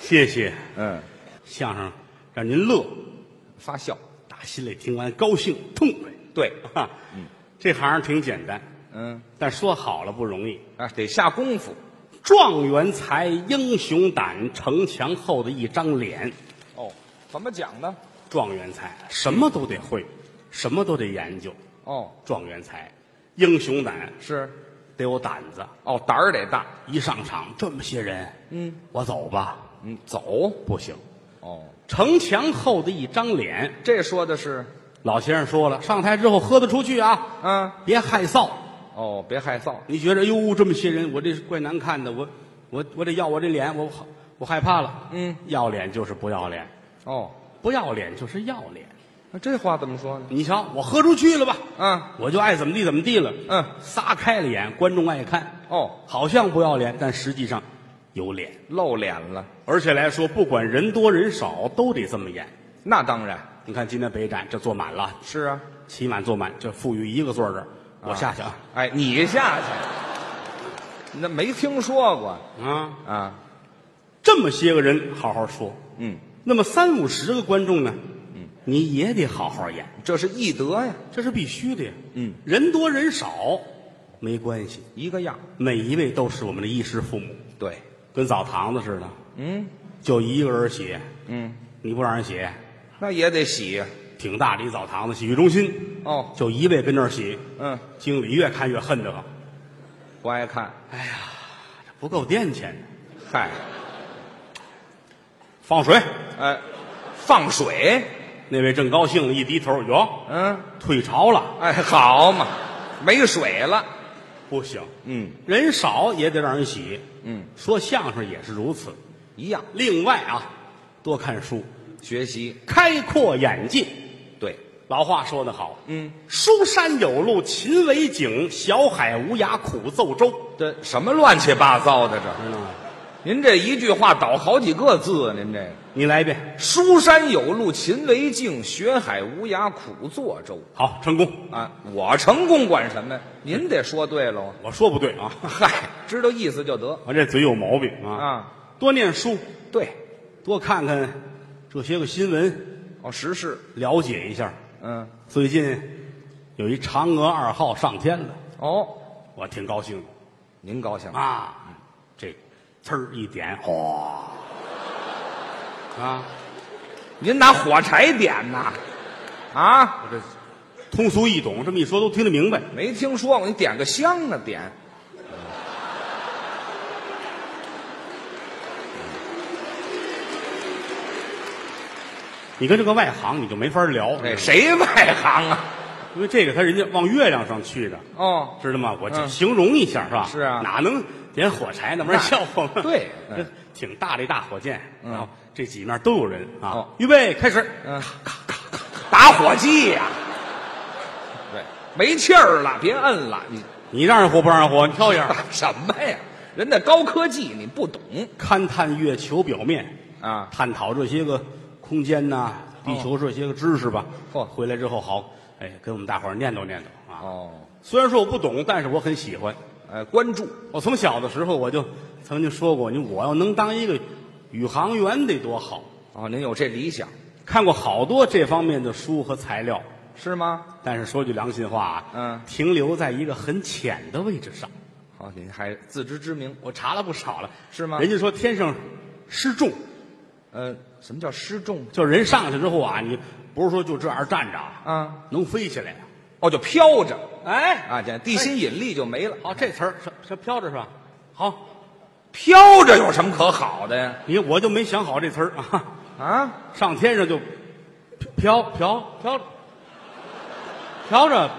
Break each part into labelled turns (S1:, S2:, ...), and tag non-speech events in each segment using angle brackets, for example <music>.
S1: 谢谢
S2: 嗯，
S1: 相声，让您乐，
S2: 发笑，
S1: 打心里听完高兴痛快。
S2: 对，
S1: 哈，这行儿挺简单，
S2: 嗯，
S1: 但说好了不容易。
S2: 啊，得下功夫。
S1: 状元才，英雄胆，城墙后的一张脸。
S2: 哦，怎么讲呢？
S1: 状元才什么都得会，什么都得研究。
S2: 哦，
S1: 状元才，英雄胆
S2: 是，
S1: 得有胆子，
S2: 哦，胆儿得大。
S1: 一上场这么些人，
S2: 嗯，
S1: 我走吧，
S2: 嗯，走。
S1: 不行。
S2: 哦，
S1: 城墙后的一张脸，
S2: 这说的是，
S1: 老先生说了，上台之后喝得出去啊，
S2: 啊，
S1: 别害臊。
S2: 哦，别害臊。
S1: 你觉得哟，这么些人，我这是怪难看的，我我我得要我这脸，我好我害怕了。
S2: 嗯，
S1: 要脸就是不要脸，
S2: 哦，
S1: 不要脸就是要脸。
S2: 那这话怎么说呢？
S1: 你瞧，我喝出去了吧？
S2: 啊，
S1: 我就爱怎么地怎么地了。
S2: 嗯，
S1: 撒开了眼，观众爱看，
S2: 哦，
S1: 好像不要脸，但实际上有脸。
S2: 露脸了。
S1: 而且来说，不管人多人少，都得这么演。
S2: 那当然
S1: 你看今天北展这坐满了，
S2: 是啊。
S1: 起满坐满，这富裕一个座儿这儿，我下去啊
S2: 哎，你下去，那没听说过
S1: 啊！
S2: 啊？
S1: 这么些个人好好说，
S2: 嗯，
S1: 那么三五十个观众呢，你也得好好演，
S2: 这是艺德呀，
S1: 这是必须的呀。
S2: 嗯，
S1: 人多人少没关系，
S2: 一个样。
S1: 每一位都是我们的衣食父母，
S2: 对，
S1: 跟澡堂子似的，
S2: 嗯
S1: 就一个人写，
S2: 嗯，
S1: 你不让人写，
S2: 那也得洗呀。
S1: 挺大的一澡堂子，洗浴中心，
S2: 哦，
S1: 就一位跟那儿洗，
S2: 嗯，
S1: 经理越看越恨这个，
S2: 不爱看。
S1: 这不够店钱的，
S2: 嗨，
S1: 放水。
S2: 哎，放水。
S1: 那位正高兴呢，一低头，哟，
S2: 嗯，
S1: 退潮了，
S2: 哎，好嘛，没水了。
S1: 不行，
S2: 嗯
S1: 人少也得让人洗。
S2: 嗯，
S1: 说相声也是如此。
S2: 一样
S1: 另外啊，多看书，
S2: 学习。
S1: 开阔眼界。
S2: 对，
S1: 老话说得好，
S2: 嗯，
S1: 书山有路勤为径，小海无涯苦奏舟，
S2: 这什么乱七八糟的这？
S1: 知道吗？
S2: 您这一句话倒好几个字啊！您这个
S1: 你来一遍，
S2: 书山有路勤为径，学海无涯苦作舟。
S1: 好，成功。
S2: 啊，我成功管什么呀？您得说对喽。
S1: 我说不对
S2: <laughs>
S1: 啊，
S2: 嗨，知道意思就得
S1: 我这嘴有毛病啊。
S2: 啊。
S1: 多念书，
S2: 对，
S1: 多看看这些个新闻，
S2: 哦，时事，
S1: 了解一下。
S2: 嗯，
S1: 最近有一嫦娥二号上天了，
S2: 哦，
S1: 我挺高兴的。
S2: 您高兴？
S1: 啊，这呲儿一点，哗、啊，
S2: 您拿火柴点呐？啊，
S1: 我这通俗易懂，这么一说都听得明白。
S2: 没听说过，你点个香呢？点
S1: 你跟这个外行你就没法聊，知
S2: 哎，
S1: 道
S2: 谁外行啊？
S1: 吗因为这个他人家往月亮上去的，
S2: 哦，
S1: 知道吗？我就
S2: 嗯
S1: 形容一下是吧？
S2: 是啊
S1: 哪能点火柴那玩意儿
S2: 那
S1: 笑话吗？
S2: 对嗯
S1: 这 <laughs> 挺大的一大火箭，
S2: 嗯
S1: 然后这几面都有人啊
S2: 哦。
S1: 预备开始，
S2: 嗯，打火机呀、对，没气儿了，别摁了，你
S1: 你让人活不让人活？你挑一下，
S2: 什么呀？人家高科技你不懂
S1: <laughs> 勘探月球表面，
S2: 啊？
S1: 探讨这些个空间呐、
S2: 哦
S1: 地球这些个知识吧。
S2: 嚯
S1: 回来之后好，哎，跟我们大伙儿念叨念叨啊。
S2: 哦，
S1: 虽然说我不懂，但是我很喜欢。
S2: 呃，关注
S1: 我从小的时候我就曾经说过，你我要能当一个宇航员得多好。
S2: 哦，您有这理想
S1: 看过好多这方面的书和材料，
S2: 是吗？
S1: 但是说句良心话啊，
S2: 嗯
S1: 停留在一个很浅的位置上。
S2: 好，哦您还自知之明。
S1: 我查了不少了，
S2: 是吗
S1: 人家说天上失重，
S2: 呃，什么叫失重
S1: 就是人上去之后啊，你不是说就这样站着啊，
S2: 啊？
S1: 能飞起来啊。
S2: 哦，就飘着
S1: 哎
S2: 啊，这地心引力就没了。
S1: 好，这词儿什什飘着是吧？好，
S2: 飘着有什么可好的呀？
S1: 你我就没想好这词儿啊，
S2: 啊，
S1: 上天上就飘飘飘着，飘着啊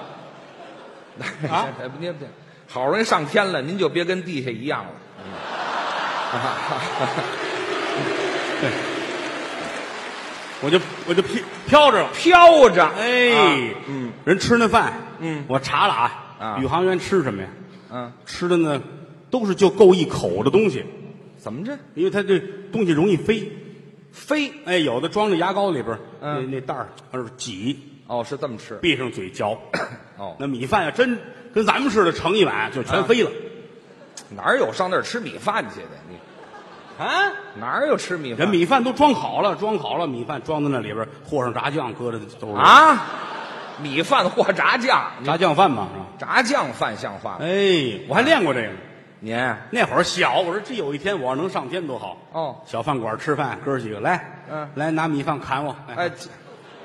S2: <laughs> 哎不您不好容易上天了，您就别跟地下一样了。
S1: 我就我就飘飘着了。
S2: 飘着，
S1: 哎，
S2: 啊嗯，
S1: 人吃那饭，
S2: 嗯
S1: 我查了啊，
S2: 啊
S1: 宇航员吃什么呀？
S2: 嗯，
S1: 吃的呢，都是就够一口的东西，
S2: 怎么着？
S1: 因为它这东西容易飞。
S2: 飞？
S1: 哎，有的装着牙膏里边儿，
S2: 嗯
S1: 那那袋儿往这挤，
S2: 哦，是这么吃。
S1: 闭上嘴嚼。<clears throat>
S2: 哦，啊
S1: 那米饭要真跟咱们似的盛一碗，就全飞了。
S2: 哪儿有上那儿吃米饭去的？你
S1: 啊，
S2: 哪儿有吃米
S1: 人
S2: 饭？
S1: 米饭都装好了，装好了，米饭装在那里边，和上炸酱，搁在兜里。
S2: 啊，米饭或炸酱，
S1: 炸酱饭嘛，是吧？
S2: 炸酱饭像话吗？
S1: 哎，我还练过这个。
S2: 您
S1: 那会儿小，我说这有一天我要能上天多好。
S2: 哦，
S1: 小饭馆吃饭，哥儿几个来，
S2: 嗯
S1: 来拿米饭砍我，
S2: 哎，，这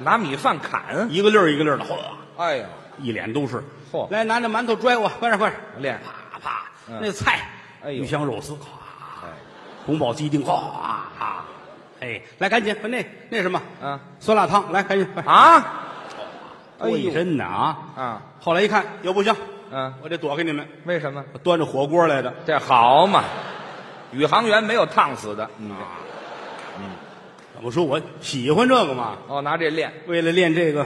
S2: 拿米饭砍，
S1: 一个粒儿一个粒儿的，哗，
S2: 哎呦，
S1: 一脸都是。
S2: 嚯
S1: 来拿着馒头拽我，快点快点，
S2: 练
S1: 啪啪，
S2: 嗯
S1: 那菜，
S2: 哎呦
S1: 鱼香肉丝，咵，
S2: 哎，
S1: 宫保鸡丁，咵，哎，来赶紧把那那什么，
S2: 嗯，
S1: 酸辣汤，来赶紧，快
S2: 啊，哎
S1: 多一
S2: 呦
S1: 身呢啊！
S2: 啊，
S1: 后来一看，又不行，
S2: 嗯，
S1: 我得躲开你们，
S2: 为什么？
S1: 我端着火锅来的，
S2: 这好嘛，宇航员没有烫死的。嗯，
S1: 嗯怎么说我喜欢这个嘛？
S2: 哦，拿这练，
S1: 为了练这个，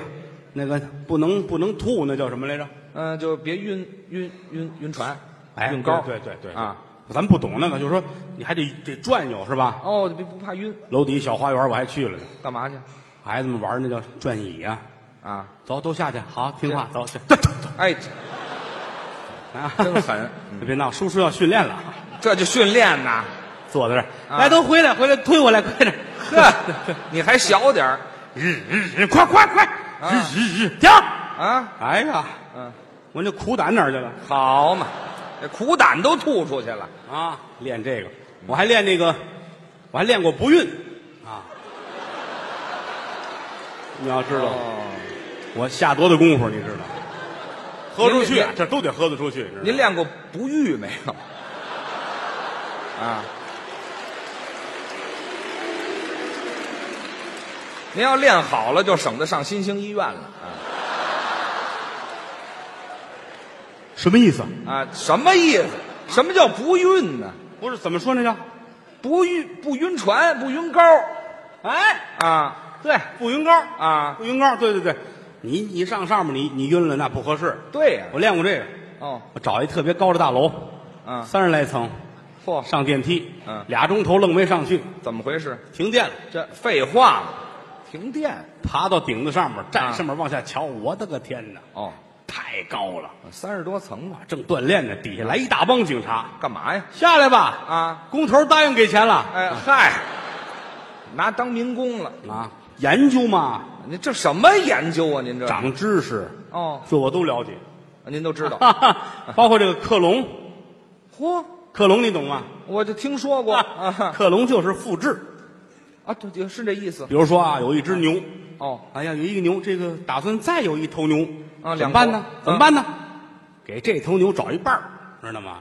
S1: 那个不能不能吐，那叫什么来着？
S2: 嗯、就别晕晕晕晕船，
S1: 哎，
S2: 晕高。
S1: 对对对对
S2: 啊，
S1: 咱们不懂那个，就是说你还得得转悠是吧？
S2: 哦，别不怕晕，
S1: 楼底小花园我还去了呢，
S2: 干嘛去？
S1: 孩子们玩那叫转椅啊，
S2: 啊，
S1: 走都下去，好听话，走去，
S2: 哎，
S1: 啊，
S2: <laughs> 真狠，
S1: 别闹，叔叔要训练了，
S2: 这就训练呐。
S1: 坐在这儿，
S2: 啊
S1: 来都回来回来推我来，快点，
S2: <laughs> 呵，你还小点儿
S1: 日日日，快快快，
S2: 啊
S1: 日日日，停！
S2: 啊？
S1: 哎呀，
S2: 嗯，
S1: 我那苦胆哪儿去了
S2: 好嘛，这苦胆都吐出去了。
S1: 啊？练这个，我还练那个，我还练过不孕啊。你要知道，
S2: 哦，
S1: 我下多大功夫，你知道？喝出去
S2: 您您，
S1: 这都得喝得出去。你知道
S2: 您练过不育没有？啊，您要练好了，就省得上新兴医院了啊
S1: 什么意思？
S2: 啊！什么意思？什么叫不孕呢？
S1: 不是怎么说那叫？
S2: 不晕不晕船，不晕高
S1: 哎，
S2: 啊
S1: 对，不晕高，
S2: 啊！
S1: 不晕高，对对对，你你上上面你你晕了那不合适。
S2: 对呀、
S1: 我练过这个，
S2: 哦，
S1: 我找一特别高的大楼，
S2: 嗯
S1: 三十来层，
S2: 嚯，
S1: 上电梯，
S2: 嗯
S1: 俩钟头愣没上去，
S2: 怎么回事？
S1: 停电了。
S2: 这废话嘛，停电
S1: 爬到顶子上面，站
S2: 啊
S1: 上面往下瞧，我的个天哪，
S2: 哦，
S1: 太高了！
S2: 三十多层吧，
S1: 正锻炼呢，底下来一大帮警察，
S2: 干嘛呀？
S1: 下来吧！
S2: 啊，
S1: 工头答应给钱了
S2: 哎嗨，拿当民工了，
S1: 啊，研究嘛，
S2: 您这什么研究啊？您这
S1: 长知识，
S2: 哦，
S1: 这我都了解，
S2: 您都知道。
S1: 哈哈，包括这个克隆，
S2: 嚯，
S1: 克隆你懂吗？
S2: 我就听说过啊
S1: 克隆就是复制，
S2: 啊，对对，是这意思
S1: 比如说啊，有一只牛，
S2: 哦。
S1: 哎呀，有一个牛，这个打算再有一头牛，
S2: 啊
S1: 怎
S2: 两
S1: 么
S2: 头
S1: 办呢？
S2: 嗯
S1: 怎么办呢？给这头牛找一半儿知道吗？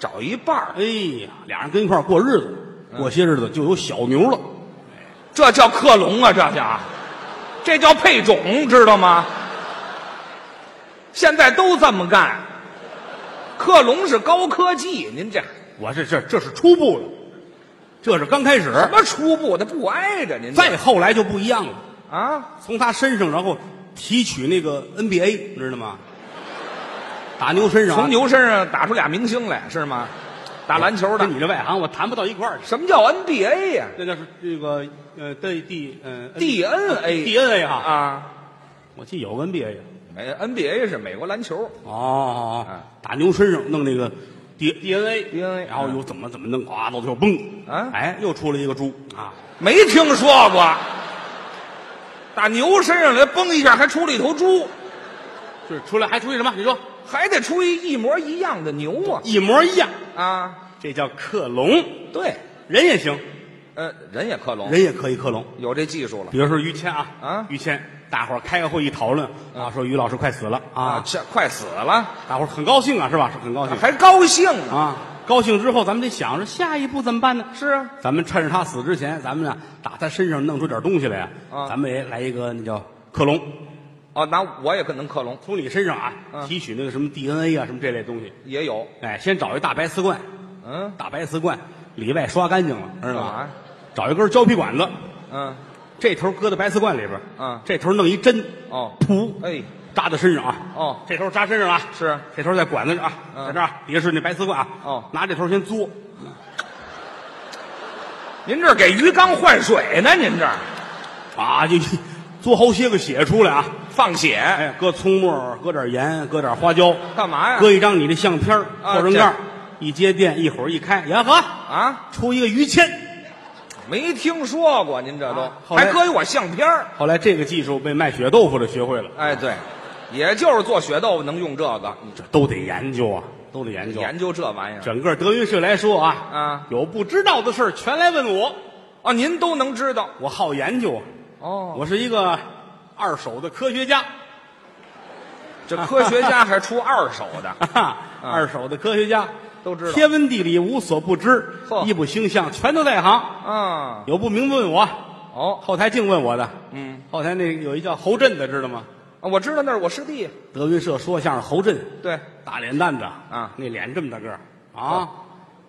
S2: 找一半儿，
S1: 哎呀，俩人跟一块儿过日子，
S2: 嗯
S1: 过些日子就有小牛了。
S2: 这叫克隆啊，这叫，这叫配种，知道吗？现在都这么干，克隆是高科技，您这
S1: 我这这这是初步的，这是刚开始，
S2: 什么初步的不挨着您这
S1: 再后来就不一样了。
S2: 啊？
S1: 从他身上，然后提取那个 NBA，你知道吗？打牛身上啊，
S2: 从牛身上打出俩明星来是吗？打篮球的
S1: 跟，你这外行我谈不到一块儿去。
S2: 什么叫 NBA 呀、
S1: 那叫是这个呃对 D 呃
S2: DNA
S1: DNA
S2: 啊？
S1: 哈，我记得有个 NBA
S2: 美 NBA 是美国篮球，
S1: 哦
S2: 啊，
S1: 打牛身上弄那个 D DNA
S2: DNA
S1: 然后又怎么怎么弄，啊，到最后嘣，
S2: 嗯啊
S1: 哎，又出了一个猪啊，
S2: 没听说过。打牛身上来崩一下，还出了一头猪，
S1: 就是出来还出去什么？你说
S2: 还得出一一模一样的牛啊！
S1: 一模一样，
S2: 啊，
S1: 这叫克隆，
S2: 对，
S1: 人也行，
S2: 呃，人也克隆，
S1: 人也可以克隆。
S2: 有这技术了
S1: 比如说于谦啊，
S2: 啊
S1: 于谦，大伙儿开个会议讨论啊，说于老师快死了啊，
S2: 这快死了，
S1: 大伙儿很高兴啊，是吧？是很高兴
S2: 还高兴呢。
S1: 啊。高兴之后，咱们得想着下一步怎么办呢？
S2: 是啊，
S1: 咱们趁着他死之前，咱们呢打他身上弄出点东西来呀、
S2: 啊
S1: 咱们也来一个那叫克隆，
S2: 哦，那我也可能克隆，
S1: 从你身上啊、
S2: 嗯
S1: 提取那个什么 DNA 啊，什么这类东西。
S2: 也有，
S1: 哎，先找一大白瓷罐，
S2: 嗯，
S1: 大白瓷罐里外刷干净了，知
S2: 干
S1: 道
S2: 嘛
S1: 吗
S2: 呀？
S1: 找一根胶皮管子，
S2: 嗯，
S1: 这头搁在白瓷罐里边，
S2: 嗯
S1: 这头弄一针，
S2: 哦，
S1: 噗，
S2: 哎，
S1: 扎到身上啊，
S2: 哦
S1: 这头扎身上啊，
S2: 是
S1: 这头在管子上啊，
S2: 嗯
S1: 在这儿啊底下是那白瓷罐啊，
S2: 哦
S1: 拿这头先嘬，
S2: 您这给鱼缸换水呢？您这
S1: 啊，就 <laughs> 嘬好些个血出来啊，哎
S2: 放血、
S1: 哎，搁葱末儿，搁点盐，搁点花椒，
S2: 干嘛呀？
S1: 搁一张你的相片儿
S2: 啊
S1: 扩成盖儿
S2: 这
S1: 一接电，一会儿一开，呀呵，
S2: 啊，
S1: 出一个于谦。
S2: 没听说过您这都，
S1: 啊后来
S2: 还搁一我相片儿
S1: 后来这个技术被卖血豆腐的学会了，
S2: 哎，对，也就是做血豆腐能用这个，
S1: 这都得研究啊，都得研究。
S2: 研究这玩意儿
S1: 整个德云社来说啊，
S2: 啊
S1: 有不知道的事儿全来问我，
S2: 啊，您都能知道
S1: 我好研究啊， <laughs>
S2: 哦。
S1: 我是一个二手的科学家，，
S2: 这科学家还出二手的
S1: <laughs> 哈哈，二手的科学家
S2: 啊都知道
S1: 天文地理无所不知，
S2: 嚯
S1: 一不星象全都在行。
S2: 啊，
S1: 有不明白问我，
S2: 哦，
S1: 后台净问我的。
S2: 嗯，
S1: 后台那个有一叫侯震的，知道吗？
S2: 啊我知道那是我师弟，
S1: 德云社说相声侯震，
S2: 对，
S1: 大脸蛋子
S2: 啊哦
S1: 那脸这么大个儿啊，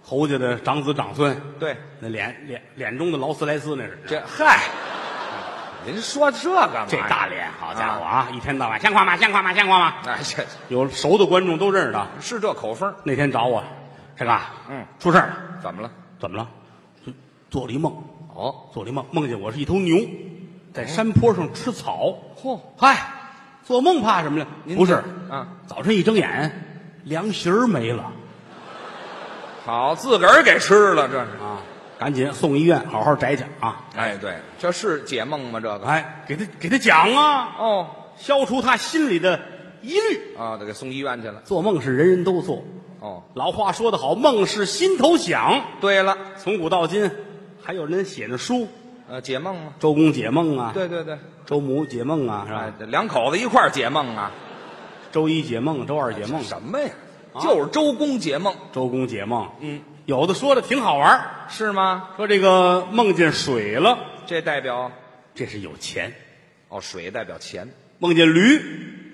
S1: 侯家的长子长孙，
S2: 对，
S1: 那脸脸脸中的劳斯莱斯那是。
S2: 这嗨，您说这干嘛？
S1: 这大，脸，好家伙啊！一天到晚像话吗？像话吗？像话吗？
S2: 哎，这
S1: 有熟的观众都认识他。
S2: 是这口风儿，
S1: 那天找我，陈哥，
S2: 嗯，
S1: 出事儿了，
S2: 怎么了？
S1: 怎么了？就做了一梦，
S2: 哦，
S1: 做了一梦，梦见我是一头牛，在山坡上吃草。
S2: 哎嚯，
S1: 嗨，做梦怕什么呀？
S2: 您
S1: 不是
S2: 这啊，
S1: 早晨一睁眼，凉席儿没了
S2: 好，自个儿给吃了，这是。
S1: 啊，赶紧送医院，好好摘去啊！
S2: 哎，对，这是解梦吗？这个？
S1: 哎，给他给他讲啊，
S2: 哦，
S1: 消除他心里的疑虑。
S2: 啊，得给送医院去了。
S1: 做梦是人人都做，
S2: 哦，
S1: 老话说得好，梦是心头想。
S2: 对了，
S1: 从古到今，还有人写着书，
S2: 呃，解梦吗？
S1: 周公解梦啊，
S2: 对对对，
S1: 周母解梦啊，是
S2: 哎
S1: 吧？，
S2: 这两口子一块儿解梦啊？
S1: 周一解梦，周二解梦，啊
S2: 什么呀？就是周公解梦，
S1: 周公解梦。
S2: 嗯，
S1: 有的说的挺好玩儿
S2: 是吗？
S1: 说这个梦见水了，
S2: 这代表
S1: 这是有钱。
S2: 哦，水代表钱，
S1: 梦见驴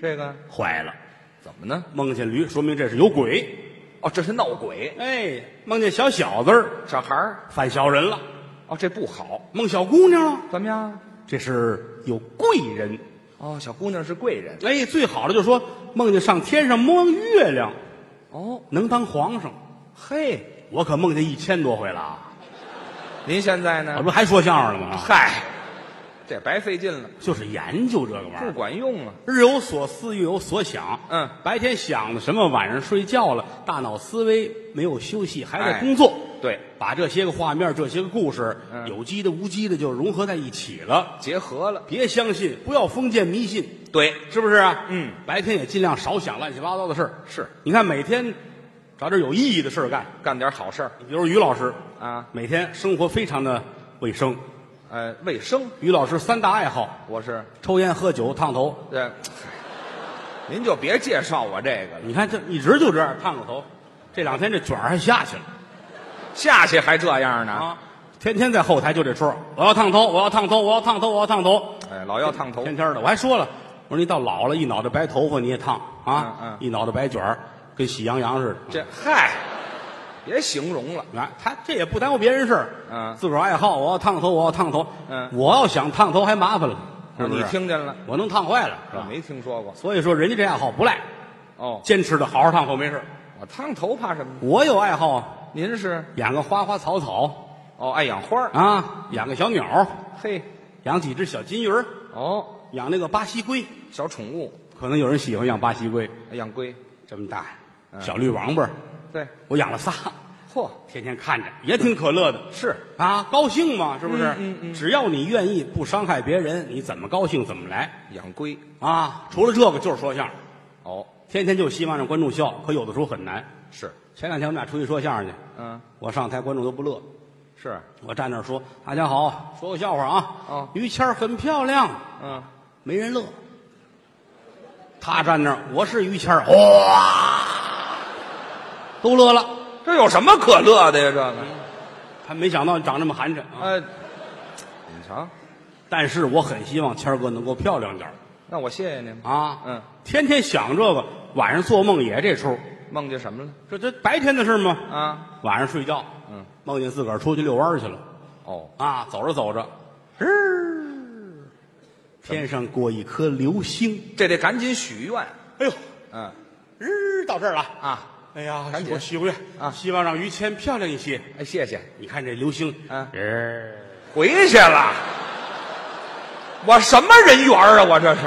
S2: 这个
S1: 坏了，
S2: 怎么呢？
S1: 梦见驴说明这是有鬼。
S2: 哦，这是闹鬼，
S1: 哎，梦见小小子儿
S2: 小孩儿
S1: 犯小人了，
S2: 哦，这不好，
S1: 梦小姑娘了，
S2: 怎么样？
S1: 这是有贵人。
S2: 哦，小姑娘是贵人
S1: 哎，最好的就是说梦见上天上摸月亮，
S2: 哦，
S1: 能当皇上。
S2: 嘿，
S1: 我可梦见一千多回了啊！
S2: 您现在呢
S1: 我？啊不还说相声呢吗？啊
S2: 嗨，这白费劲了，
S1: 就是研究这个玩意
S2: 不
S1: 儿，
S2: 管用啊。
S1: 日有所思，夜有所想。
S2: 嗯，
S1: 白天想的什么，晚上睡觉了，大脑思维没有休息，还在
S2: 哎
S1: 工作。
S2: 对，
S1: 把这些个画面、这些个故事，
S2: 嗯
S1: 有机的、无机的就融合在一起了。
S2: 结合了，
S1: 别相信，不要封建迷信，
S2: 对，
S1: 是不是啊？
S2: 嗯，
S1: 白天也尽量少想乱七八糟的事儿。
S2: 是
S1: 你看每天找点有意义的事儿干。
S2: 干点好事儿
S1: 比如于老师，
S2: 啊，
S1: 每天生活非常的卫生。
S2: 呃，卫生，
S1: 于老师三大爱好：
S2: 我是
S1: 抽烟、喝酒、烫头。
S2: 这，您就别介绍我这个了，
S1: 你看这一直就这样烫个头，这两天这卷儿还下去了
S2: 下去还这样呢？
S1: 啊！天天在后台就这出儿，我要烫头，我要烫头，我要烫头，我要烫头。
S2: 哎，老要烫头
S1: 天天的，我还说了，我说你到老了，一脑袋白头发你也烫啊，
S2: 嗯嗯
S1: 一脑袋白卷儿，跟喜羊羊似的。
S2: 这嗨，别形容了，
S1: 啊，他这也不耽误别人事儿，
S2: 嗯
S1: 自个儿爱好，我要烫头，我要烫头，
S2: 嗯
S1: 我要想烫头还麻烦了，是不是
S2: 你，听见了？
S1: 我能烫坏了，是
S2: 我
S1: 吧？
S2: 没听说过
S1: 所以说人家这爱好不赖，
S2: 哦，
S1: 坚持的好好烫头没事儿。
S2: 我烫头怕什么？
S1: 我有爱好啊，
S2: 您是
S1: 养个花花草草
S2: 哦，爱养花儿
S1: 啊，养个小鸟，
S2: 嘿，
S1: 养几只小金鱼儿，
S2: 哦，
S1: 养那个巴西龟，
S2: 小宠物，
S1: 可能有人喜欢养巴西龟，
S2: 养龟，
S1: 这么大
S2: 嗯
S1: 小绿王八儿，
S2: 对，
S1: 我养了仨。
S2: 嚯，
S1: 天天看着也挺可乐的
S2: 是
S1: 啊，高兴嘛，是不是？
S2: 嗯嗯嗯
S1: 只要你愿意，不伤害别人，你怎么高兴怎么来
S2: 养龟，
S1: 啊。除了这个就是说相声，
S2: 哦，
S1: 天天就希望让观众笑，可有的时候很难。
S2: 是，
S1: 前两天我们俩出去说相声去，
S2: 嗯，
S1: 我上台观众都不乐，
S2: 是，啊
S1: 我站那儿说：“大家好，说个笑话啊。”
S2: 哦
S1: 于谦儿很漂亮，
S2: 嗯，
S1: 没人乐。他站那儿，我是于谦儿，哇，都乐了。
S2: 这有什么可乐的呀？这个，
S1: 他没想到你长这么寒碜啊！
S2: 哎，你瞧，
S1: 但是我很希望谦儿哥能够漂亮点儿
S2: 那我谢谢您，
S1: 啊。
S2: 嗯，
S1: 天天想这个，晚上做梦也这出。
S2: 梦见什么了？
S1: 这这白天的事吗？
S2: 啊，
S1: 晚上睡觉，
S2: 嗯，
S1: 梦见自个儿出去遛弯儿去了
S2: 哦，
S1: 啊，走着走着，天上过一颗流星，
S2: 这得赶紧许愿，
S1: 哎呦，
S2: 嗯
S1: 日到这儿了。
S2: 啊，
S1: 哎呀，
S2: 赶紧
S1: 我许个愿
S2: 啊
S1: 希望让于谦漂亮一些。
S2: 哎，谢谢，
S1: 你看这流星，
S2: 嗯
S1: 呃
S2: 回去了，我什么人缘啊？我这是，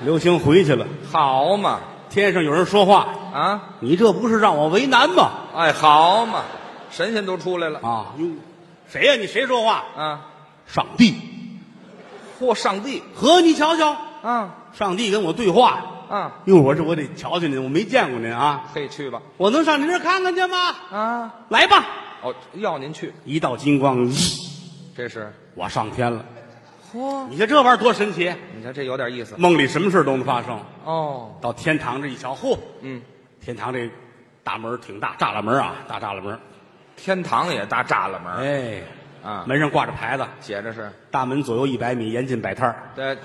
S1: 流星回去了，
S2: 好嘛，
S1: 天上有人说话，
S2: 啊，
S1: 你这不是让我为难吗？
S2: 哎，好嘛，神仙都出来了
S1: 啊，哟，谁呀、你谁说话？
S2: 啊，
S1: 上帝
S2: 嚯，上帝
S1: 和你瞧瞧，
S2: 啊
S1: 上帝跟我对话。
S2: 啊，
S1: 哟，我这我得瞧瞧您，我没见过您啊，
S2: 可以去吧
S1: 我能上您这儿看看去吗？
S2: 啊，
S1: 来吧！
S2: 哦，要您去，
S1: 一道金光，
S2: 这是
S1: 我上天了。
S2: 嚯，
S1: 你看这玩意儿多神奇，
S2: 你看这有点意思
S1: 梦里什么事都能发生。
S2: 哦，
S1: 到天堂这一瞧，嚯，
S2: 嗯，
S1: 天堂这大门儿挺大，栅栏门儿啊，大栅栏门儿。
S2: 天堂也搭栅栏门
S1: 哎，
S2: 啊，
S1: 门上挂着牌子，
S2: 写着是
S1: 大门左右一百米，严禁摆摊儿。
S2: 在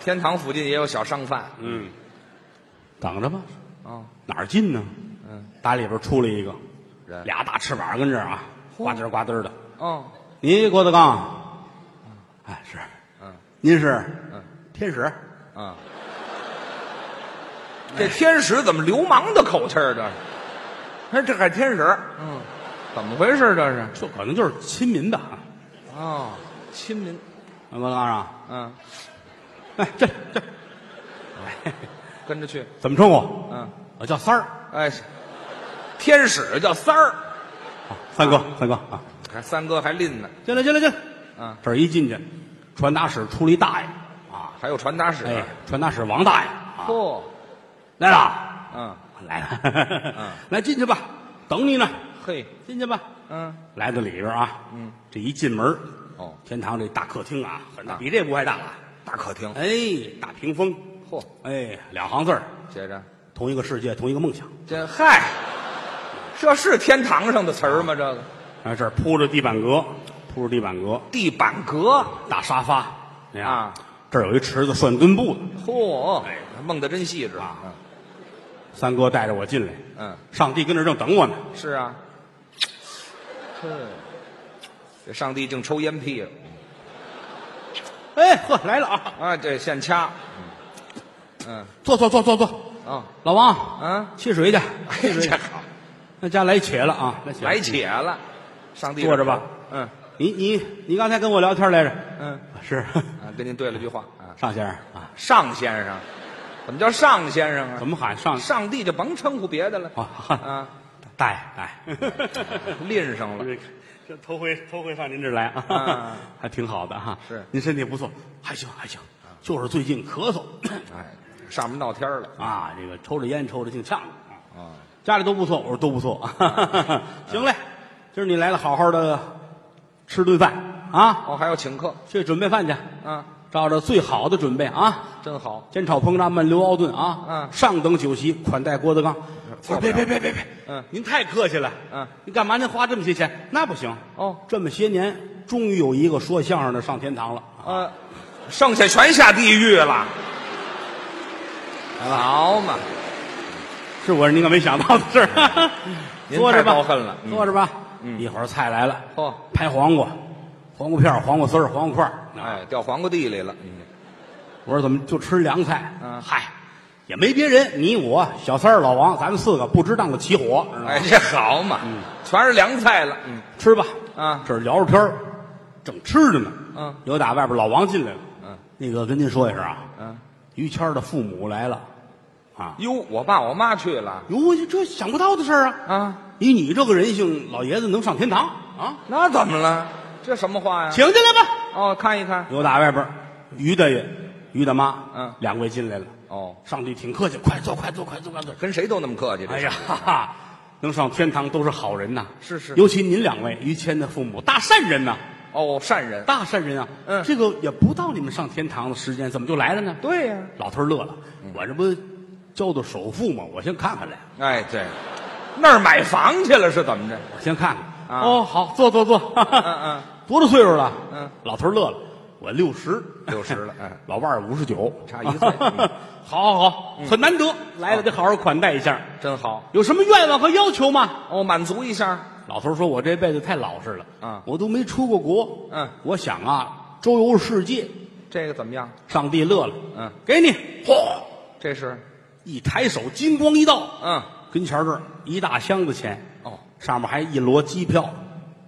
S2: 天堂附近也有小商贩
S1: 嗯，等着吧，
S2: 哦，
S1: 哪儿进呢？
S2: 嗯，
S1: 打里边出来一个，
S2: 人
S1: 俩大翅膀跟这儿啊，
S2: 嚯
S1: 呱嘚儿呱嘚儿的。
S2: 哦，
S1: 您郭德纲，哎是，
S2: 嗯
S1: 您是
S2: 嗯
S1: 天使，
S2: 啊，这天使怎么流氓的口气儿？这是，哎，这还天使？嗯，怎么回事？这是？
S1: 这可能就是亲民的啊。
S2: 哦，亲民，
S1: 郭德纲啊，
S2: 嗯，
S1: 哎这这
S2: 跟着去，
S1: 怎么称呼？
S2: 嗯，
S1: 我叫三儿，
S2: 哎，天使叫三儿，
S1: 啊三哥三哥啊，
S2: 还三哥还拎呢，
S1: 进来进来进来。
S2: 嗯，
S1: 这儿一进去，传达室出了一大爷啊，
S2: 还有传达室，
S1: 哎，传达室王大爷啊，
S2: 嚯，
S1: 来了，
S2: 嗯，
S1: 来了， <laughs> 来进去吧，等你呢，
S2: 嘿，
S1: 进去吧。
S2: 嗯，
S1: 来到里边啊，嗯，这一进门，
S2: 哦，
S1: 天堂这大客厅啊，很大，
S2: 啊
S1: 比这屋还大了。
S2: 大客厅，
S1: 哎，大屏风，
S2: 嚯，
S1: 哎，两行字儿，
S2: 接着，
S1: 同一个世界，同一个梦想。
S2: 这嗨，这是天堂上的词儿吗？这个
S1: 啊，这儿铺着地板革，铺着地板革，
S2: 地板革，
S1: 大沙发，你看
S2: 啊，
S1: 这儿有一池子涮墩布的。
S2: 嚯
S1: 哎，
S2: 梦得真细致啊，
S1: 三哥带着我进来，
S2: 嗯。
S1: 上帝跟这儿正等我呢。
S2: 是啊，这这上帝净抽烟屁了
S1: 哎，呵，来了啊，
S2: 啊！这现掐，嗯
S1: 坐坐坐坐坐。
S2: 啊
S1: 老王，
S2: 啊，
S1: 沏水去，
S2: 哎
S1: 沏水去
S2: 呀，。
S1: 那家来且了啊，来且了
S2: 来。且了，上帝
S1: 坐着吧，
S2: 嗯
S1: 你你你刚才跟我聊天来着？
S2: 嗯
S1: 是
S2: 啊，跟您对了句话啊，
S1: <laughs> 尚先生啊，
S2: 上先生，怎么叫上先生啊？
S1: 怎么喊上？
S2: 上帝就甭称呼别的了
S1: 啊，
S2: 啊，
S1: <laughs> 大爷大 <laughs> 爷，
S2: 拎上了，
S1: 这头回头回上您这儿来啊
S2: 啊，
S1: <laughs> 还挺好的哈。
S2: 是
S1: 您身体不错，还行还行，就是最近咳 <coughs> 嗽
S2: 哎，上面闹天儿了
S1: 啊，这个抽着烟抽着净呛着啊。
S2: 啊，
S1: 家里都不错，我说都不 <laughs> 错，啊行嘞，今儿你来了，好好的吃顿饭啊，
S2: 哦，还要请客
S1: 去准备饭去，
S2: 啊，
S1: 照着最好的准备啊。
S2: 真好，
S1: 煎炒烹炸焖溜熬炖啊，
S2: 嗯
S1: 上等酒席款待郭德纲。
S2: 错不了
S1: 别别别别别，
S2: 嗯，
S1: 您太客气了，
S2: 嗯，
S1: 您干嘛您花这么些钱？那不行
S2: 哦
S1: 这么些年，终于有一个说相声的上天堂了，
S2: 呃，剩下全下地狱
S1: 啊
S2: 了。好嘛，
S1: 是我您可没想到的事儿。
S2: <laughs> 您
S1: 坐着吧，
S2: 太高恨了嗯
S1: 坐着吧。一会儿菜来了，
S2: 嚯
S1: 拍黄瓜，黄瓜片儿、黄瓜丝儿、黄瓜块儿。
S2: 哎，掉黄瓜地里了。嗯
S1: 我说怎么就吃凉菜？
S2: 嗯
S1: 嗨，也没别人，你我小三儿、老王，咱们四个不值当的起火，知道吗
S2: 哎，这好嘛，
S1: 嗯
S2: 全是凉菜了。嗯，
S1: 吃吧。
S2: 啊
S1: 这儿聊着天儿正吃着呢。
S2: 嗯，
S1: 有打外边老王进来了。
S2: 嗯，
S1: 那个跟您说一声啊，
S2: 嗯，
S1: 于谦儿的父母来了，啊，
S2: 哟，我爸我妈去了
S1: 哟，这想不到的事儿啊！
S2: 啊，
S1: 以你这个人性，老爷子能上天堂啊？
S2: 那怎么了？这什么话呀？
S1: 请进来吧。
S2: 哦，看一看。
S1: 有打外边，于大爷、于大妈，
S2: 嗯
S1: 两位进来了。
S2: 哦，
S1: 上帝挺客气，快坐，快坐，快坐，快坐。
S2: 跟谁都那么客气。这
S1: 哎呀，哈哈，能上天堂都是好人呐。
S2: 是是
S1: 尤其您两位，于谦的父母，大善人呐。
S2: 哦，善人。
S1: 大善人啊，
S2: 嗯
S1: 这个也不到你们上天堂的时间，怎么就来了呢？
S2: 对呀。
S1: 老头儿乐了，我这不交的首付吗？我先看看来，
S2: 哎，对，那儿买房去了是怎么着？
S1: 我先看看。
S2: 啊
S1: 哦，好，坐坐坐。
S2: 嗯嗯，
S1: <laughs> 多大岁数了？
S2: 嗯，
S1: 老头儿乐了，我六十，
S2: 60了哎
S1: <laughs> 老伴儿五十九，
S2: 差一岁嗯
S1: <laughs> 好好好，很难得来了，嗯得好好款待一下。
S2: 真好。
S1: 有什么愿望和要求吗？
S2: 哦，满足一下。
S1: 老头儿说：“我这辈子太老实了，
S2: 嗯
S1: 我都没出过国，
S2: 嗯
S1: 我想啊，周游世界。”
S2: 这个怎么样？
S1: 上帝乐了，
S2: 嗯，
S1: 给你，嚯，
S2: 这是，
S1: 一抬手，金光一道，
S2: 嗯，
S1: 跟前儿这儿一大箱子钱，
S2: 哦，
S1: 上面还一摞机票，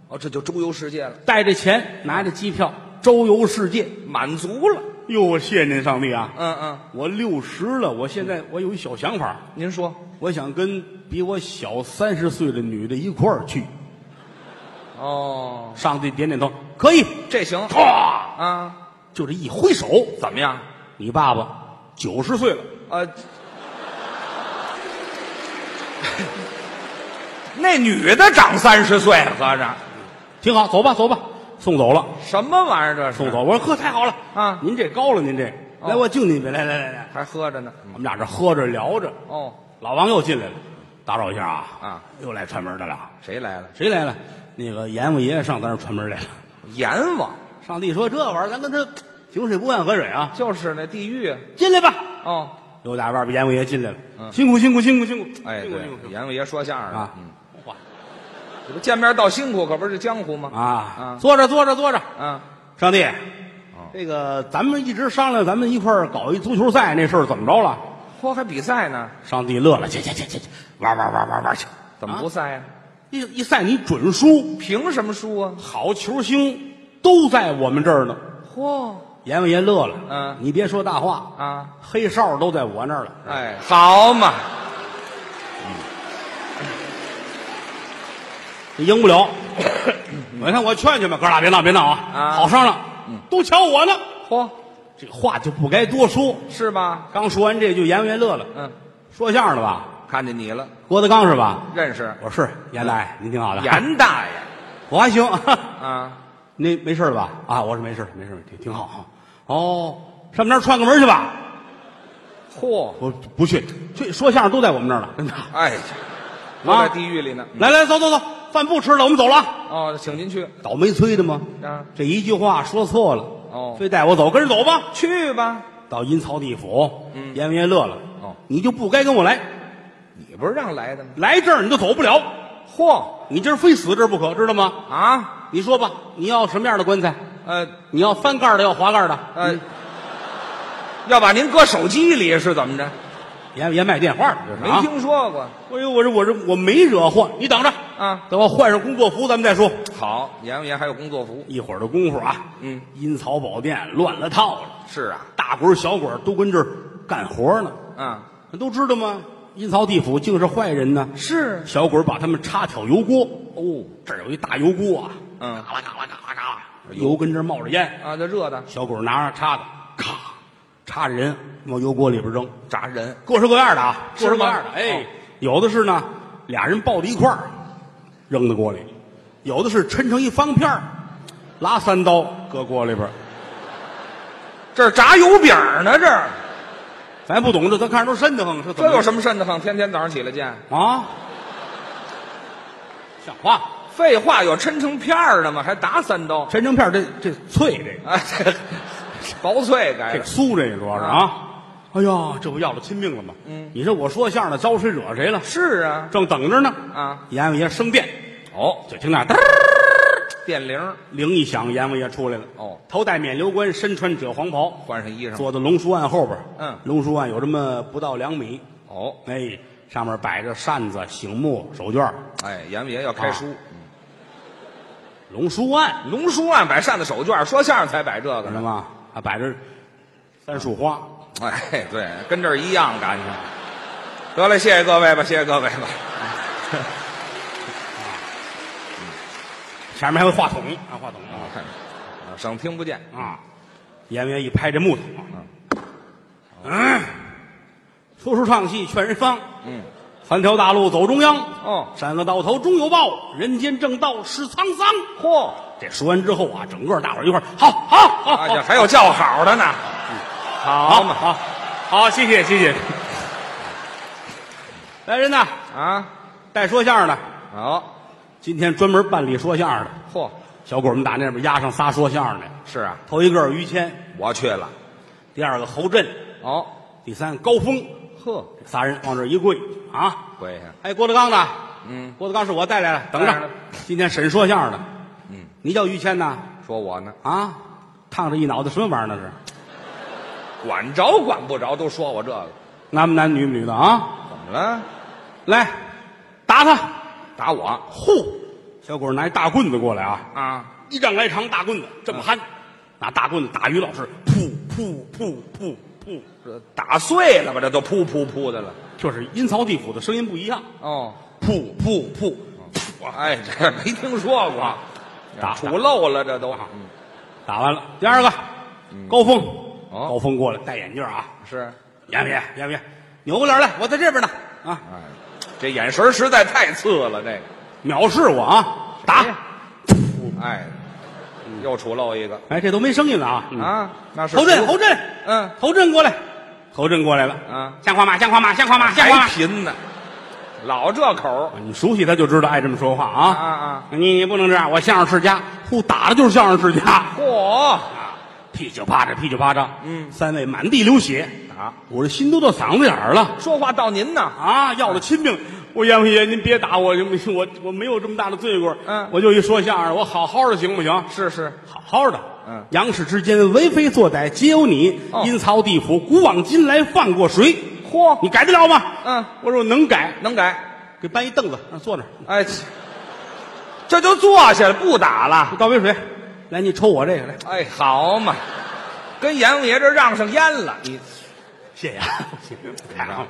S2: 哦，这就周游世界了，
S1: 带着钱，拿着机票，周游世界，
S2: 满足了。
S1: 哟，我谢谢您，上帝啊！
S2: 嗯嗯，
S1: 我六十了，我现在我有一小想法，
S2: 您说
S1: 我想跟比我小三十岁的女的一块儿去。
S2: 哦，
S1: 上帝点点头，可以。
S2: 这行
S1: 唰，
S2: 啊？
S1: 就这一挥手，
S2: 怎么样？
S1: 你爸爸九十岁了，
S2: 呃， <laughs> 那女的长三十岁，合着
S1: 挺好，走吧，走吧，送走了，
S2: 什么玩意儿？这
S1: 送
S2: 是
S1: 走。我说呵，太好了
S2: 啊
S1: 您这高了，您这，
S2: 哦
S1: 来，我敬您一杯，来来来来，
S2: 还喝着呢。
S1: 我们俩这喝着聊着，
S2: 哦，
S1: 老王又进来了，打扰一下啊
S2: 啊，
S1: 又来串门的了，
S2: 谁来了？
S1: 谁来了？那个阎王爷上咱这儿串门来了。
S2: 阎王
S1: 上帝说这玩意儿，咱跟他井水不犯河水啊，
S2: 就是那地狱。
S1: 进来吧。
S2: 哦，
S1: 又打外边阎王爷进来了，
S2: 嗯
S1: 辛苦辛苦辛苦辛苦，
S2: 哎，
S1: 辛苦
S2: 对
S1: 辛苦，辛
S2: 阎王爷说相声
S1: 苦
S2: 的
S1: 啊，
S2: 嗯，
S1: 哇
S2: 这不见面道辛苦，可不是江湖吗？
S1: 啊
S2: 啊，
S1: 坐着坐着坐着，
S2: 啊，
S1: 上帝，
S2: 哦
S1: 这个咱们一直商量，咱们一块儿搞一足球赛，那事儿怎么着了？
S2: 嚯，还比赛呢？
S1: 上帝乐了，去去去去去，玩玩玩玩玩去，
S2: 怎么不
S1: 啊
S2: 赛呀、
S1: 一一赛你准输，
S2: 凭什么输啊？
S1: 好球星都在我们这儿呢。
S2: 嚯
S1: 阎王爷乐了，
S2: 嗯
S1: 你别说大话，
S2: 啊！
S1: 黑哨都在我那儿了。
S2: 哎，好嘛，
S1: 你赢不
S2: <laughs>
S1: 了。我看我劝劝吧，哥俩别闹别闹啊，
S2: 啊
S1: 好商量。都瞧我呢，
S2: 嚯，
S1: 这话就不该多说。
S2: 是吧？
S1: 刚说完这句，阎王爷乐了，
S2: 嗯，
S1: 说相声的吧？
S2: 看见你了，
S1: 郭德纲是吧？
S2: 认识
S1: 我说是阎大爷，您挺好的。
S2: 严大爷
S1: <laughs> 我还行， <laughs>
S2: 啊？
S1: 那没事了吧？啊，我说没事，没事，挺挺好啊。哦，上我们那儿串个门去吧。
S2: 嚯，
S1: 我说不去，去说相声都在我们那儿了， <laughs> 真的。
S2: 哎呀，都在地狱里呢。
S1: 来来，走走走，饭不吃了，我们走了啊。
S2: 哦，请您去
S1: 倒霉催的吗？
S2: 啊，
S1: 这一句话说错了，
S2: 哦
S1: 非带我走，跟着走吧。
S2: 去吧。
S1: 到阴曹地府，
S2: 嗯
S1: 阎王爷乐了，
S2: 哦
S1: 你就不该跟我来，
S2: 你不是让来的吗？
S1: 来这儿你就走不了，
S2: 嚯
S1: 你今儿非死这儿不可，知道吗？
S2: 啊，
S1: 你说吧，你要什么样的棺材？
S2: 呃
S1: 你要翻盖的，要滑盖的？
S2: 呃，要把您搁手机里是怎么着？
S1: 阎王爷卖电话的，这是
S2: 没
S1: 啊。
S2: 听说过
S1: 哎呦，我这我这我没惹祸，你等着，
S2: 啊？
S1: 等我换上工作服咱们再说。
S2: 好，阎王爷还有工作服。
S1: 一会儿的功夫啊，
S2: 嗯，
S1: 阴曹宝殿乱了套了，
S2: 是啊，
S1: 大鬼儿小鬼儿都跟这儿干活呢，
S2: 啊，
S1: 都知道吗？阴曹地府竟是坏人呢，
S2: 是
S1: 小鬼儿把他们插挑油锅，
S2: 哦
S1: 这儿有一大油锅啊，
S2: 嗯
S1: 嘎啦嘎啦嘎啦嘎啦，油跟这儿冒着烟。
S2: 啊，这热的
S1: 小鬼儿拿着叉子，咔，插着人往油锅里边扔，
S2: 炸人。
S1: 各式各样的啊，各
S2: 是吗
S1: 式
S2: 哦
S1: 各样的。哎，有的是呢，俩人抱在一块儿扔到锅里，有的是抻成一方片儿，拉三刀搁锅里边儿。
S2: 这儿炸油饼呢，这儿
S1: 咱不懂这，咱看着都瘆得慌，这怎
S2: 这有什
S1: 么
S2: 么瘆得慌？天天早上起来见，
S1: 啊？像话，
S2: 废话，有抻成片儿的吗？还打三刀？
S1: 抻成片儿这这脆这个。
S2: 哎，这薄脆改
S1: 这个
S2: 的
S1: 酥这个主要是啊，哎呀，这不要了亲命了吗？
S2: 嗯，
S1: 你说我说相声的招谁惹谁了？
S2: 是啊
S1: 正等着呢，
S2: 啊！
S1: 阎王爷生变，
S2: 哦，
S1: 就听那嘚儿
S2: 电铃儿
S1: 铃一响，阎王爷出来了。
S2: 哦，
S1: 头戴冕旒冠，身穿赭黄袍，
S2: 换上衣裳
S1: 坐在龙书案后边。
S2: 嗯
S1: 龙书案有这么不到两米，
S2: 哦，
S1: 哎，上面摆着扇子、醒目、手绢儿。
S2: 哎，阎王爷要
S1: 啊
S2: 开书，
S1: 龙书案，
S2: 龙书案摆扇子手绢，说相声才摆这个
S1: 知道
S2: 呢。
S1: 吗？还摆着三束花，
S2: 哎，对，跟这儿一样感情。得了，谢谢各位吧，谢谢各位吧。
S1: 前面还有话筒啊，话筒
S2: 啊
S1: 啊，
S2: 啊省听不见。
S1: 啊！阎王爷一拍这木头，嗯，说书唱戏劝人方，
S2: 嗯，
S1: 三条大路走中央，
S2: 哦，
S1: 善恶到头终有报，人间正道是沧桑。
S2: 嚯，
S1: 这说完之后啊，整个大伙儿一块儿，好好好，
S2: 哎呀，还有叫好的呢。
S1: 好
S2: 好
S1: 嘛
S2: 嘛
S1: 好，好，谢谢谢谢。来人呐，
S2: 啊，
S1: 带说相声的，
S2: 好，
S1: 今天专门办理说相声的
S2: 嚯，
S1: 小鬼儿们打那边压上仨说相声的，
S2: 是啊，
S1: 头一个是于谦，
S2: 我去了。
S1: 第二个侯震，
S2: 哦，
S1: 第三个高峰，
S2: 呵，
S1: 仨人往这儿一跪啊！
S2: 跪下。
S1: 哎，郭德纲呢？
S2: 嗯，
S1: 郭德纲是我带来了，等
S2: 带来
S1: 着
S2: 了。
S1: 今天审说相声的，
S2: 嗯，
S1: 你叫于谦呐？
S2: 说我呢，
S1: 啊，烫着一脑袋什么玩意儿那是？
S2: 管着管不着，都说我这个，
S1: 男不男女不女的啊？
S2: 怎么了？
S1: 来，打他！
S2: 打我
S1: 呼，小鬼儿拿一大棍子过来啊，
S2: 啊？
S1: 嗯一丈来长大棍子，这么憨，拿大棍子打于老师，噗噗噗噗噗噗，
S2: 这打碎了吧？这都噗噗噗的了。
S1: 就是阴曹地府的声音不一样，
S2: 哦，
S1: 噗噗噗，
S2: 哎，这没听说过，
S1: 打
S2: 杵漏了这都。
S1: 打完了，第二个高峰，
S2: 哦
S1: 高峰过来戴眼镜啊，
S2: 是，
S1: 严明严明，扭过脸来，我在这边呢啊，
S2: 哎，这眼神实在太次了，这个。
S1: 藐视我啊，
S2: 谁呀
S1: 打，
S2: 哎，又杵漏一个
S1: 哎，这都没声音了啊，嗯
S2: 啊，那是
S1: 侯震
S2: 葫芦
S1: 侯震，
S2: 嗯
S1: 侯震过来，侯震过来了，
S2: 嗯，
S1: 像话吗？像话吗？像话吗？像话吗
S2: 还？贫呢，老这口儿
S1: 你熟悉他就知道爱这么说话啊
S2: 啊啊！
S1: 你你不能这样，我相声世家，呼打的就是相声世家。
S2: 嚯，
S1: 啊，啤酒啪嚓，啤酒啪嚓，
S2: 嗯
S1: 三位满地流血
S2: 啊！
S1: 我这心都到嗓子眼儿了
S2: 说话到您呢，
S1: 啊！要了亲命，我阎王爷您别打我，我我没有这么大的罪过，
S2: 嗯
S1: 我就一说相声，我好好的行不行？
S2: 是是，
S1: 好好的，
S2: 嗯
S1: 杨氏之间为非作歹，皆有你。
S2: 哦
S1: 阴曹地府，古往今来放过谁？
S2: 嚯，
S1: 你改得了吗？
S2: 嗯，
S1: 我说我能改，
S2: 能改，
S1: 给搬一凳子，让坐那儿，
S2: 哎，这就坐下了，不打了，
S1: 倒杯水，来，你抽我这个来，
S2: 哎，好嘛，跟阎王爷这让上烟了，你
S1: 谢谢 <laughs> 啊，太好了。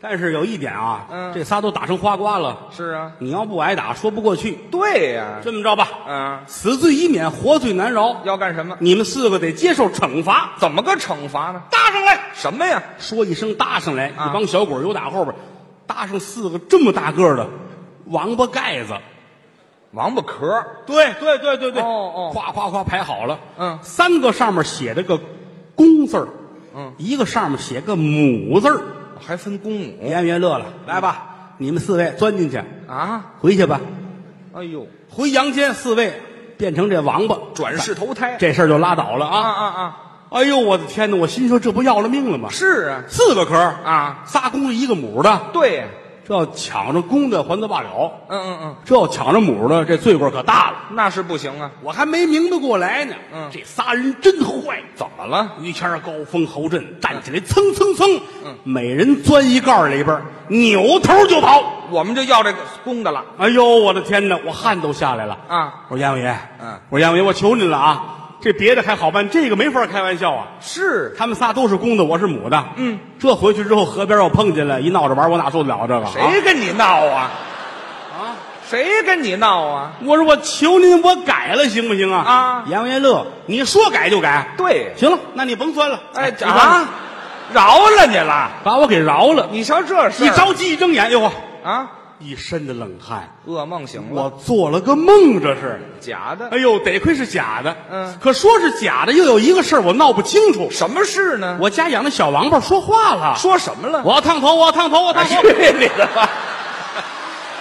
S1: 但是有一点啊，
S2: 嗯
S1: 这仨都打成花瓜了，
S2: 是啊，
S1: 你要不挨打说不过去。
S2: 对呀，
S1: 这么着吧，
S2: 嗯，
S1: 死罪已免，活罪难饶，
S2: 要干什么？
S1: 你们四个得接受惩罚。
S2: 怎么个惩罚呢？
S1: 搭上来，
S2: 什么呀？
S1: 说一声搭上来，
S2: 啊
S1: 一帮小鬼儿由打后边搭上四个这么大个儿的王八盖子。
S2: 王八壳儿，
S1: 对对对对对，
S2: 哦哦
S1: 夸夸夸排好了，
S2: 嗯
S1: 三个上面写着个公字儿，
S2: 嗯，
S1: 一个上面写个母字儿。
S2: 哦还分公母
S1: 演员乐了，哦来吧，你们四位钻进去，
S2: 啊？
S1: 回去吧，
S2: 哎呦，
S1: 回阳间，四位变成这王八，
S2: 转世投胎，
S1: 这事儿就拉倒了
S2: 啊
S1: 啊！
S2: 啊啊，
S1: 哎呦，我的天哪！我心说这不要了命了吗？
S2: 是啊
S1: 四个壳儿，
S2: 啊，
S1: 仨公的一个母的，
S2: 对呀，
S1: 这要抢着公的还则罢了，
S2: 嗯嗯嗯。
S1: 这要抢着母的，这罪过可大了。
S2: 那是不行啊！
S1: 我还没明白过来呢，
S2: 嗯
S1: 这仨人真坏。
S2: 怎么了？
S1: 于谦儿、高峰、侯震站起来，蹭蹭蹭，
S2: 嗯
S1: 每人钻一盖儿里边儿，扭头就跑。
S2: 我们就要这个公的了。
S1: 哎呦，我的天哪！我汗都下来了
S2: 啊！
S1: 我说阎王爷，
S2: 嗯
S1: 我说阎王爷，我求您了啊！这别的还好办，这个没法开玩笑啊。
S2: 是，
S1: 他们仨都是公的，我是母的。
S2: 嗯，
S1: 这回去之后，河边要碰见了，一闹着玩，我哪受得了这个？啊
S2: 谁跟你闹啊？
S1: 啊！
S2: 谁跟你闹啊？
S1: 我说我求您，我改了行不行啊？
S2: 啊
S1: 阎王爷乐，你说改就改。
S2: 对，
S1: 行了，那你甭钻了。
S2: 哎
S1: 习惯了
S2: 啊，饶了你了！
S1: 把我给饶了。
S2: 你瞧这事儿
S1: 一着急一睁眼，哟呵，
S2: 啊，
S1: 一身的冷汗。
S2: 噩梦醒了，
S1: 我做了个梦，这是。
S2: 假的
S1: 哎。呦，得亏是假的。
S2: 嗯
S1: 可说是假的，又有一个事儿我闹不清楚。
S2: 什么事呢？
S1: 我家养的小王八说话了，
S2: 说什么了？哎
S1: 我要烫头，我要烫头，我要烫头。
S2: 去你的吧！